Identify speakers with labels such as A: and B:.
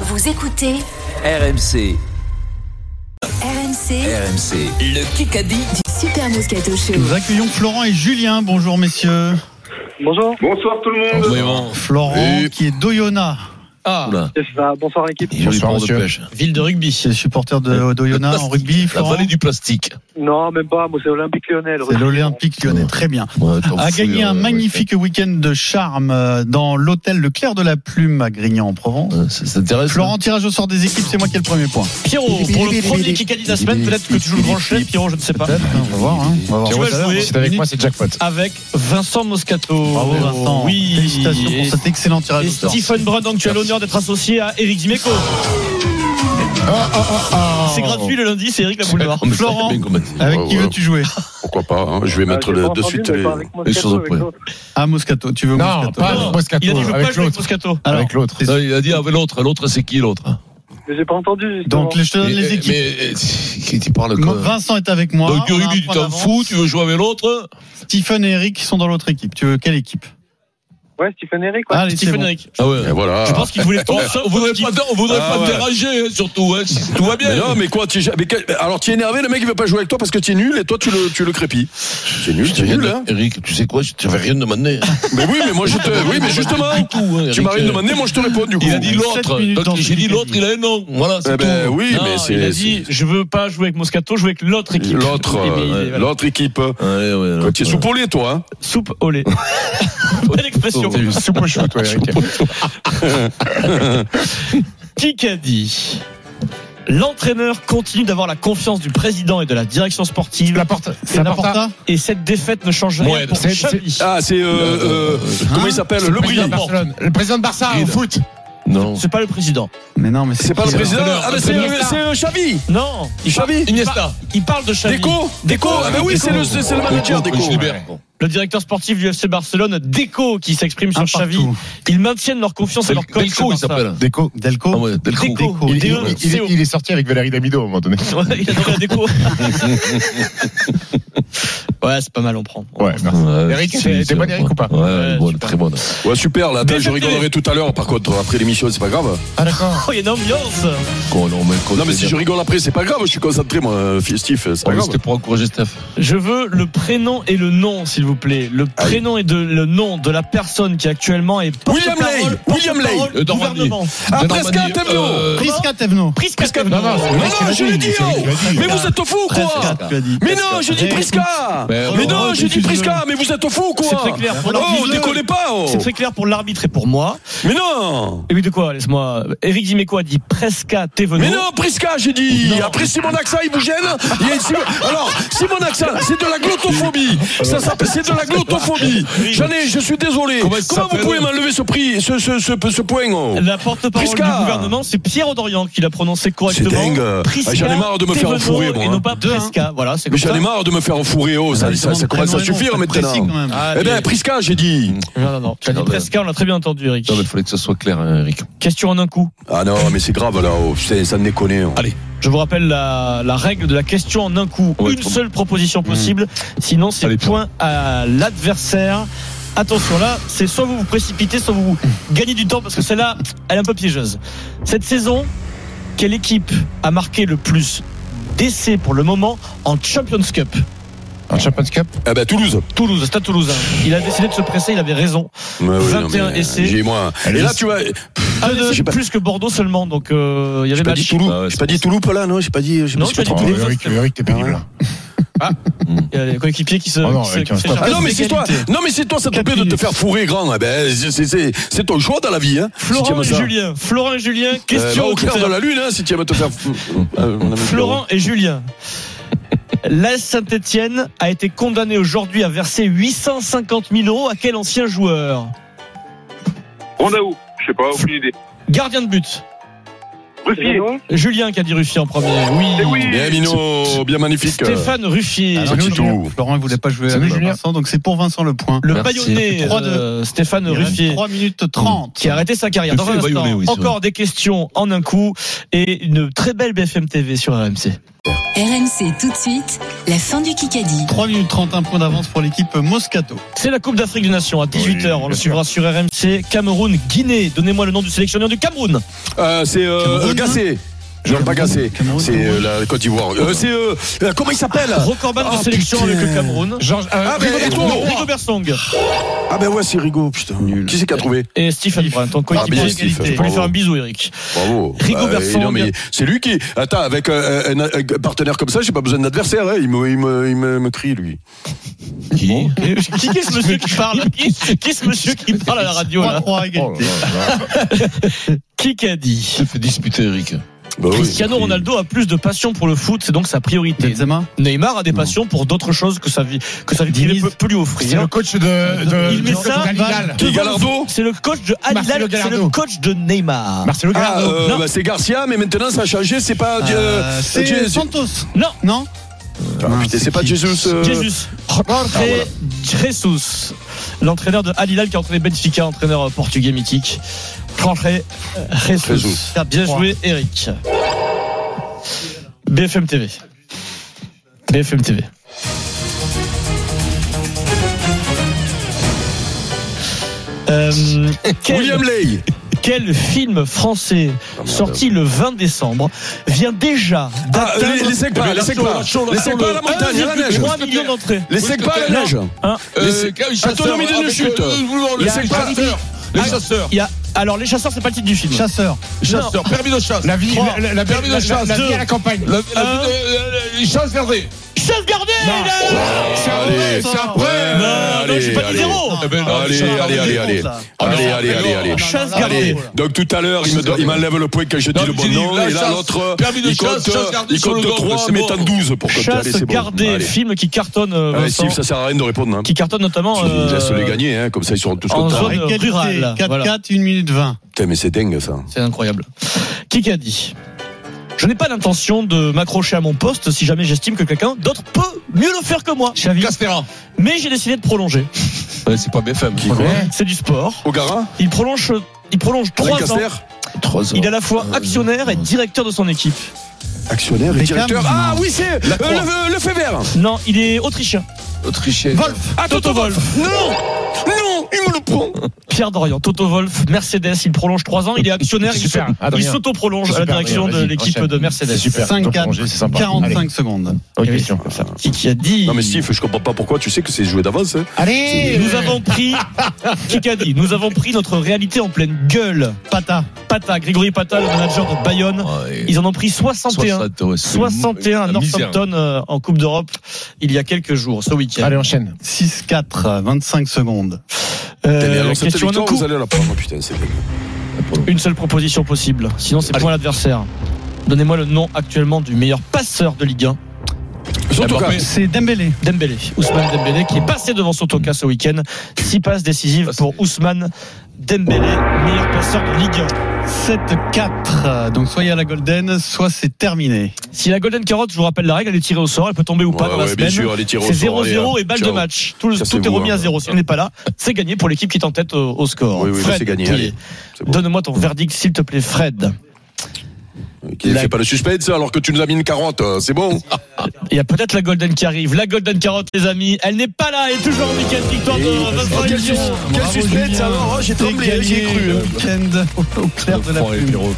A: Vous écoutez
B: RMC,
A: RMC
B: RMC, le Kikadi.
A: Super Moscato Show.
C: Nous accueillons Florent et Julien. Bonjour messieurs.
D: Bonjour.
E: Bonsoir tout le monde.
C: Florent
F: Et-
C: qui est d'Oyonnax,
G: Ah,
D: C'est ça. Bonsoir l'équipe.
F: Bonsoir, monsieur.
G: ville de rugby.
C: qui est supporter de d'Oyonnax en rugby.
F: La
C: Florent,
F: vallée du plastique.
D: Non, même pas. Moi, c'est Olympique Lyonnais. le
C: c'est
D: rugby.
C: l'Olympique Lyonnais. Très bien. A gagné
F: euh,
H: euh,
C: un magnifique week-end de charme euh, dans l'hôtel Le Clair de la Plume à Grignan en Provence.
F: Ça t'intéresse
C: Florent, tirage au sort des équipes, c'est moi qui ai le premier point.
G: Pierrot, pour le premier Kikadi de la semaine, peut-être que tu joues le grand chef, Pierrot, je ne sais pas.
C: Peut-être, hein, on va voir. hein, on va voir.
G: Tu vas jouer une-
F: c'est jackpot.
G: avec Vincent Moscato.
C: Bravo Vincent.
G: Oui.
C: Félicitations pour cet excellent tirage
G: Et
C: au sort.
G: Stephen Brun, donc tu as l'honneur d'être associé à Eric Dimeco.
H: Ah,
G: C'est gratuit le lundi, c'est Eric la boule noire.
C: Florent, Avec
H: Oh,
F: Avec
C: qui veux-tu jouer
F: Pourquoi pas hein, Je vais
D: Ah,
F: mettre
D: j'ai
F: le-
D: pas
F: de
D: entendu,
F: suite
D: mais
F: les,
D: pas avec Moscato,
F: les choses au
D: avec
F: point.
D: l'autre.
C: Ah Moscato, tu veux
H: Non,
C: Moscato
H: pas
C: Alors,
H: Ah, avec Moscato,
G: Il a dit je veux pas
H: avec
G: jouer avec
H: l'autre.
G: Moscato.
C: Alors,
H: Avec l'autre.
F: Non, il a dit avec l'autre. L'autre, c'est qui l'autre
D: Mais j'ai pas entendu. justement.
C: donc je te donne
F: Mais-
C: les équipes.
F: Mais qui tu parles
C: Mo-
F: Euh, quoi
C: Vincent est avec moi.
F: Donc, du
C: on a un
F: rugby, tu
C: point
F: t'en
C: d'avance.
F: fous, tu veux jouer avec l'autre
C: Stephen et Eric sont dans l'autre équipe. Tu veux quelle équipe
D: Ouais, Stephen Eric. Ouais.
C: Allez, c'est
G: Stephen
C: bon.
G: Eric.
F: Ah ouais.
G: Je pense qu'il voulait tout sauf
F: On voudrait
G: qu'il-
F: pas, on voudrait
I: Ah
F: pas
I: ouais.
F: te déranger, hein, surtout, hein, si tout va bien.
I: Mais non, mais quoi tu, mais que- Alors, tu es énervé, le mec, il veut pas jouer avec toi parce que tu es nul et toi, tu le, tu le crépis. C'est nul, c'est nul, hein.
F: Eric, tu sais quoi, je t'avais rien demandé.
I: Mais oui, mais moi, je te. Oui, mais justement,
F: Du tout, hein,
I: tu
F: Eric,
I: m'as rien
F: euh,
I: demandé, moi, je te réponds, du coup.
F: Il a dit
C: Sept
F: l'autre.
C: minutes dans
F: Donc, J'ai
C: ce
F: dit
C: week-end.
F: l'autre, il a un nom. Voilà,
I: Eh
F: c'est
I: ben
F: tout.
I: oui,
G: Non,
I: mais
G: il a
I: c'est.
G: dit je veux pas jouer avec Moscato, je veux avec l'autre
I: c'est-
G: équipe.
I: L'autre,
G: Et bien,
I: euh,
G: voilà.
I: l'autre équipe.
F: Ouais, ouais,
I: Quoi, Tu es
F: ouais.
I: soupolé, toi. hein.
G: Soupe au lait. Belle expression.
F: T'as vu,
H: Soupe au chou, toi, Eric.
G: Kikadi. L'entraîneur continue d'avoir la confiance du président et de la direction sportive.
H: La porte,
C: C'est
H: ça porte à-
C: Laporta
G: Et cette défaite ne change rien
F: Ouais,
G: pour
H: c'est-
G: Xavi.
I: Ah, c'est. euh, euh,
G: hein
I: comment il s'appelle Le
H: président de
I: Briand.
H: Barcelone. Le président de Barça au
F: Bride.
H: foot.
F: Non.
G: C'est pas le président.
C: Mais non, mais
I: C'est pas le
C: qui,
I: président.
F: l'entraîneur,
I: Ah, mais c'est
F: l'entraîneur.
I: euh, c'est, euh, Xavi.
G: Non. Il parle-
I: Xavi.
G: il parle- Il parle de Xavi.
I: Ah. Déco Déco Ah, mais oui, c'est le, c'est le manager, Déco.
G: Le directeur sportif du FC Barcelone, Deco, qui s'exprime
C: là Un
G: sur Xavi.
C: partout.
G: Ils maintiennent leur confiance et leur coach.
F: Delco, il
G: le Barça.
F: s'appelle.
H: Déco.
F: Ah
C: Delco
F: ouais, Delco.
G: Deco.
C: Il-
H: Il,
G: D-E-C-O.
H: il- il est- il est sorti avec Valérie Damido à un moment donné.
G: Ouais, il adorait la Deco. Ouais, c'est pas mal, on prend.
H: Ouais, merci.
F: Ouais,
H: Eric,
F: c'est-
H: t'es-
F: c'est
H: t'es bonne,
F: bon.
H: Eric, ou pas
F: Ouais,
G: Ouais,
F: bonne,
G: super.
F: très bonne.
I: Ouais, super, là, attends, je
G: Défaite.
I: rigolerai tout à l'heure, par contre, après l'émission, c'est pas grave.
H: Ah, d'accord.
G: Oh, il y a une ambiance.
F: Con, non, mais, con,
I: Non, mais
F: c'est
I: si je
F: bien.
I: rigole après, c'est pas grave, je suis concentré, moi, euh, festif, c'est pas
F: Ouais,
I: grave.
F: Bah, C'était pour encourager Steph.
G: Je veux le prénom et le nom, s'il vous plaît. Le prénom et de, le nom de la personne qui actuellement est
I: William
G: porte-parole-
I: Lay. William Lay.
G: porte-parole
F: Euh,
G: du
F: Normandie.
G: gouvernement.
I: Ah,
F: De
I: presque
F: Normandie,
I: un tableau.
F: euh,
C: Prisca Tevno.
G: Ah, Prisca
H: Non, non, c'est
I: Non,
H: Eric qui
I: non,
H: l'a
I: je
H: dit,
I: l'ai dit,
H: c'est Eric
I: oh
H: qui l'a dit.
I: Mais vous êtes fous, quoi
C: Presca, tu as dit.
I: Mais non, j'ai dit
C: Eh,
I: Prisca
F: Mais
I: Mais
F: oh,
I: non, j'ai dit Prisca, mais vous êtes au fou, quoi
G: C'est très clair. Pour l'arbitre.
I: Oh, déconnez pas, oh
G: C'est très clair pour l'arbitre et pour moi.
I: Mais non
G: Et oui, de quoi Laisse-moi. Eric Dimeco a dit Presca Teveno.
I: mais non, Prisca, j'ai dit. Après, si mon accent il vous gêne, il y a- si- alors si mon accent, c'est de la glottophobie. Ça s'appelle, c'est de la glottophobie. J'en ai, je suis désolé.
F: Comment
I: Comment,
F: il s'appelle
I: vous pouvez m'enlever ce prix, ce, ce, ce, ce point oh
G: La porte-parole
I: Prisca.
G: du gouvernement, c'est Pierre Odorian qui l'a prononcé correctement.
I: C'est dingue.
G: Prisca
I: Ah, j'en ai marre de me faire
G: Thévenot
I: enfourrer, moi,
G: Et
I: hein.
G: non pas Presca. Voilà, c'est
I: Mais
G: comme
I: j'en
G: ça.
I: ai marre de me faire enfourrer. Oh,
C: Bah,
I: ça, ça, ça commence à suffire
C: Précis,
I: maintenant.
C: quand même.
G: Ah,
I: Eh ben,
G: mais-
I: Prisca, j'ai dit.
G: Non, non, non. Tu as dit
F: Non, mais-
G: Presca, on l'a très bien entendu, Eric.
F: Non, mais il fallait que ça soit clair, hein, Eric.
G: Question en un coup.
I: Ah non, mais c'est grave là, oh, putain, ça me déconne. oh.
G: Je vous rappelle la, la règle de la question en un coup.
F: Ouais,
G: Une
F: trop-
G: seule proposition possible.
I: Mm.
G: Sinon, c'est
F: Allez,
G: point à l'adversaire. Attention là, c'est soit vous vous précipitez, soit vous
I: Mm.
G: gagnez du temps parce que celle-là, elle est un peu piégeuse. Cette saison, quelle équipe a marqué le plus d'essais pour le moment en Champions Cup
H: En Champions Cup.
I: Eh ben, Toulouse.
G: Toulouse, Stade Toulousain. Il a décidé de se presser, il avait raison.
I: Ouais, ouais, non,
G: 21
I: mais, euh,
G: essais.
I: J'ai moins.
H: Elle
I: Et là,
H: est-
I: tu vois, j'ai
G: Un essai,
I: j'ai Ah, pas-
G: plus que Bordeaux seulement, donc euh, il y avait
I: pas
G: match.
I: dit Toulouse.
F: Ah ouais,
I: j'ai
F: c'est
I: pas dit Toulouse là, non J'ai pas dit. j'ai
G: Non,
I: pas
G: tu as dit
I: dit-
H: Oh,
G: Toulouse.
H: Eric, Eric, t'es pénible.
I: hein.
H: là.
G: Il y a les coéquipiers qui se.
H: Ah non,
G: qui se-
H: avec
G: qui
H: un
G: s'échappent.
H: stade.
I: Ah non, mais c'est toi.
C: Égalité.
I: Non, mais c'est toi, ça te plaît de te faire fourrer grand. Eh ben, c'est- c'est- c'est c'est ton choix dans la vie. Hein, si tu
G: Florent
I: aimes
G: et
I: ça.
G: Julien. Florent et Julien,
I: Euh,
G: question
I: va au clair
G: auditeur.
I: de la lune, hein, si tu aimes te faire. Euh, mon ami
G: Florent et Julien. L'AS Saint-Etienne a été condamné aujourd'hui à verser 850 000 euros à quel ancien joueur
E: Rondaou. Je sais pas, aucune idée.
G: Gardien de but.
E: Ruffier.
D: Hello
G: Julien qui a dit Ruffier en premier. Oui.
E: Eh oui. Ah
I: Bien, Mino, bien magnifique.
G: Stéphane Ruffier.
C: Alors,
I: c'est
C: nous,
I: tout.
C: Julien- Florent ne voulait pas jouer
H: C'est
C: avec
H: nous, Julien.
C: Vincent, donc c'est pour Vincent le point.
G: Le
F: Merci.
G: baïonné
C: Trois de-
G: euh, Stéphane
C: Il reste
G: Ruffier.
C: 3 minutes 30.
G: qui a arrêté sa carrière. Dans un
F: Ruffier,
G: instant,
F: Baïonné, oui, c'est
G: encore des questions en un coup et une très belle BFM TV sur RMC.
A: RMC tout de suite, la fin du Kikadi.
C: 3 minutes 31 points d'avance pour l'équipe Moscato.
G: C'est la Coupe d'Afrique des Nations à 18h. on le suivra sur RMC. Cameroun, Guinée. Donnez-moi le nom du sélectionneur du Cameroun.
I: Euh, c'est euh,
C: Cameroun,
I: euh, Gassé. Je ne pas Gassé.
C: Cameroun,
I: C'est
C: Cameroun.
I: euh, la Côte d'Ivoire. Euh, c'est euh, euh, comment il s'appelle
G: Recordman de
I: Ah,
G: sélection
I: putain.
G: avec le Cameroun.
H: Georges.
I: Ah, mais et toi
G: Non, Rigobert Song
I: Ah ben ouais, c'est Rigaud, putain. Qui c'est qui a trouvé
G: et Stephen Brun, ton coéquipier.
I: Ah, bien,
G: Tu
I: Steve,
G: peux lui
I: bravo.
G: faire un bisou, Eric.
I: Bravo.
G: Rigobert
I: Bah, et non,
G: Song.
I: mais c'est lui qui. Attends, avec euh, un, un- un partenaire comme ça, j'ai pas besoin d'adversaire. hein. Il, me, il, me, il me- me crie, lui.
F: Qui
G: Qui est ce monsieur qui parle Qui qui est ce monsieur qui parle à la radio là
C: 3-3
F: Oh
C: égalité.
F: là là là.
G: Qui qu'a dit
F: Tu te fais disputer, Eric.
I: Bah oui,
G: Cristiano
I: il me crie.
G: Ronaldo a plus de passion pour le foot, c'est donc sa priorité.
C: Benzema
G: Neymar a des passions pour d'autres choses que sa vie, que sa vie privée
C: Diniz.
G: peut, peut lui
H: C'est le
G: offrir.
H: coach de.
F: Euh,
H: de
G: Il met
H: de-
G: ça,
H: d'Al-Hilal.
I: Et Gallardo
G: C'est le coach de Al
H: Marcelo
G: Hilal, c'est le
H: Gallardo.
G: coach de Neymar.
H: Marcelo
I: Ah,
H: Gallardo.
I: euh,
G: Non.
I: bah, c'est Garcia, mais maintenant ça a changé. C'est pas. euh,
C: Euh, C'est
I: Jésus-
C: Santos.
G: Non.
C: Non
I: Ah,
C: Non,
I: putain, c'est pas
C: qui
I: Jesus. euh,
G: Jesus.
I: Ah, voilà.
G: Jorge Jesus, l'entraîneur de Al Hilal qui a entraîné Benfica, entraîneur euh, portugais mythique. Jorge Jesus. Ah, Bien joué, Eric. BFM TV. BFM TV. Euh, quel-
I: William Ley.
G: quel film français sorti le 20 décembre vient déjà
I: Ah,
G: d'atteindre
I: les- les secs pas, les secs pas. Les secs pas à la montagne, à la neige.
G: 1,3 million d'entrées.
I: Les secs pas Euh, à la neige.
G: Hein
I: Les- Autonomie d'une chute. Les secs pas.
F: Les
H: Ah,
F: chasseurs.
G: Il y a- alors les chasseurs, c'est pas le titre du film.
C: Chasseur.
F: Chasseurs. Permis de chasse.
H: La vie,
G: Trois.
H: la, la- la-
F: Permis de
H: la-
F: chasse,
H: la vie
G: deux.
H: à la campagne.
F: La- la- la- la- euh, Chasse gardée.
G: Chasse gardée.
I: Ah,
H: C'est
I: Allez.
H: après, c'est après.
G: Non, non, je suis pas
I: allez.
G: du zéro.
F: Eh ben, non,
I: Allez,
F: mais ça,
I: allez,
F: non,
I: allez,
F: mais
I: allez. Ah,
C: non, ça.
I: Allez, allez,
F: non,
I: allez,
F: non,
I: allez.
G: Chasse
C: non,
G: gardée.
I: Allez, donc tout à l'heure, il me donne- il m'enlève le point quand je dis
F: Non,
I: le bon
F: j'ai dit,
I: nom,
F: là,
I: et là
F: chasse.
I: l'autre,
F: Permis de
I: il compte,
F: chasse, chasse gardée
I: il
F: sur
I: compte
F: le gorge,
I: 3,
F: c'est
I: mais
F: bon.
I: t'en 12 pour compter.
G: Chasse
I: Allez, c'est bon.
G: gardée,
I: Allez.
G: film qui cartonne, euh,
I: Allez,
G: Vincent,
I: Steve, ça sert à rien de répondre. Hein.
G: qui cartonne notamment. euh,
I: Laisse les gagner, hein, comme ça ils seront tous
G: en
I: contents.
G: zone-
I: hein.
C: Égalité.
G: Rural,
C: 4-4,
G: voilà.
C: 1 minute 20.
I: Putain, mais c'est dingue ça.
G: C'est incroyable. Qui qu'a dit Je n'ai pas l'intention de m'accrocher à mon poste si jamais j'estime que quelqu'un d'autre peut mieux le faire que moi.
F: Castera.
G: Mais j'ai décidé de prolonger.
F: Ouais, C'est pas BFM.
I: Qui quoi
G: C'est du sport.
I: Ogara
G: Il prolonge, il prolonge
I: Henri
G: trois ans.
I: Caster
F: Trois ans.
G: Il est à la fois actionnaire et directeur de son équipe.
I: Actionnaire et
C: Beckham
I: directeur. Ah oui, c'est euh,
F: Lacroix.
I: le, le fait vert.
G: Non, il est autrichien.
F: Autrichien.
I: Ah, Toto Wolf. Non Non Il me le prend.
G: Pierre Dorian, Toto Wolf, Mercedes, il prolonge 3 ans, il est actionnaire, il
H: Super,
G: s'auto- il
H: Adrien.
G: s'auto-prolonge à la
H: Super,
G: direction
H: Adrien,
G: de
H: vas-y,
G: l'équipe
H: enchaîne.
G: de
H: C'est super.
G: super.
C: 5-4,
H: C'est sympa.
C: 45
H: Allez.
C: secondes.
H: Autre
G: Eh oui.
H: question.
G: Qui, qui a dit
I: Non, mais Steve, je comprends pas pourquoi tu sais que c'est joué d'avance. hein.
H: Allez.
G: Nous avons pris, qui qu'a dit Nous avons pris notre réalité en pleine gueule. Pata. Pata, Grégory Pata, le manager de Bayonne. Ils en ont pris 61. 61 à Northampton euh, en Coupe d'Europe il y a quelques jours, ce week-end.
H: Allez, enchaîne.
C: 6-4, 25 secondes.
G: Euh,
I: Putain, mais alors, cette
G: question à nos
I: victoire, vous
G: coups.
I: allez la prendre. Putain, c'est dingue.
G: Une seule proposition possible, sinon c'est point à l'adversaire. Donnez-moi le nom actuellement du meilleur passeur de Ligue 1.
I: Surtout quand-
C: C'est Dembélé.
G: Dembélé, Ousmane Dembélé qui est passé devant Sotoka ce week-end. Six passes décisives pour Ousmane Dembélé, meilleur passeur de Ligue 1.
C: 7-4. Donc soit il y a la golden, soit c'est terminé.
G: Si la Golden Carotte, je vous rappelle la règle, elle est tirée au sort, elle peut tomber ou pas
I: Ouais,
G: dans la
I: ouais, bien
G: semaine.
I: sûr, allez, tirez au
G: C'est
I: sort, allez,
G: 0-0
I: hein.
G: et balle
I: Ciao.
G: de match. Tout, le-
I: Ça,
G: tout
I: c'est
G: est
I: vous,
G: remis
I: hein.
G: à zéro. Si on n'est pas là, c'est gagné pour l'équipe qui est en tête euh, au, au score.
I: Oui, oui,
G: Fred,
I: c'est gagné.
G: qui-
I: Allez, c'est bon.
G: Donne-moi ton verdict, s'il te plaît, Fred.
I: Qui fait pas le suspense alors que tu nous as mis une carotte, euh, c'est bon.
G: Il y a peut-être la Golden qui arrive. La Golden Carotte, les amis, elle n'est pas là. Elle est toujours en week-end. Victoire de
I: Oh,
G: Vincent
I: quel
G: Lyon.
I: sus- quel suspense alors, hein, j'ai
C: C'est
I: tremblé,
C: gagné
I: j'y ai cru.
C: le
I: hein.
C: week-end au, au clair de la plume.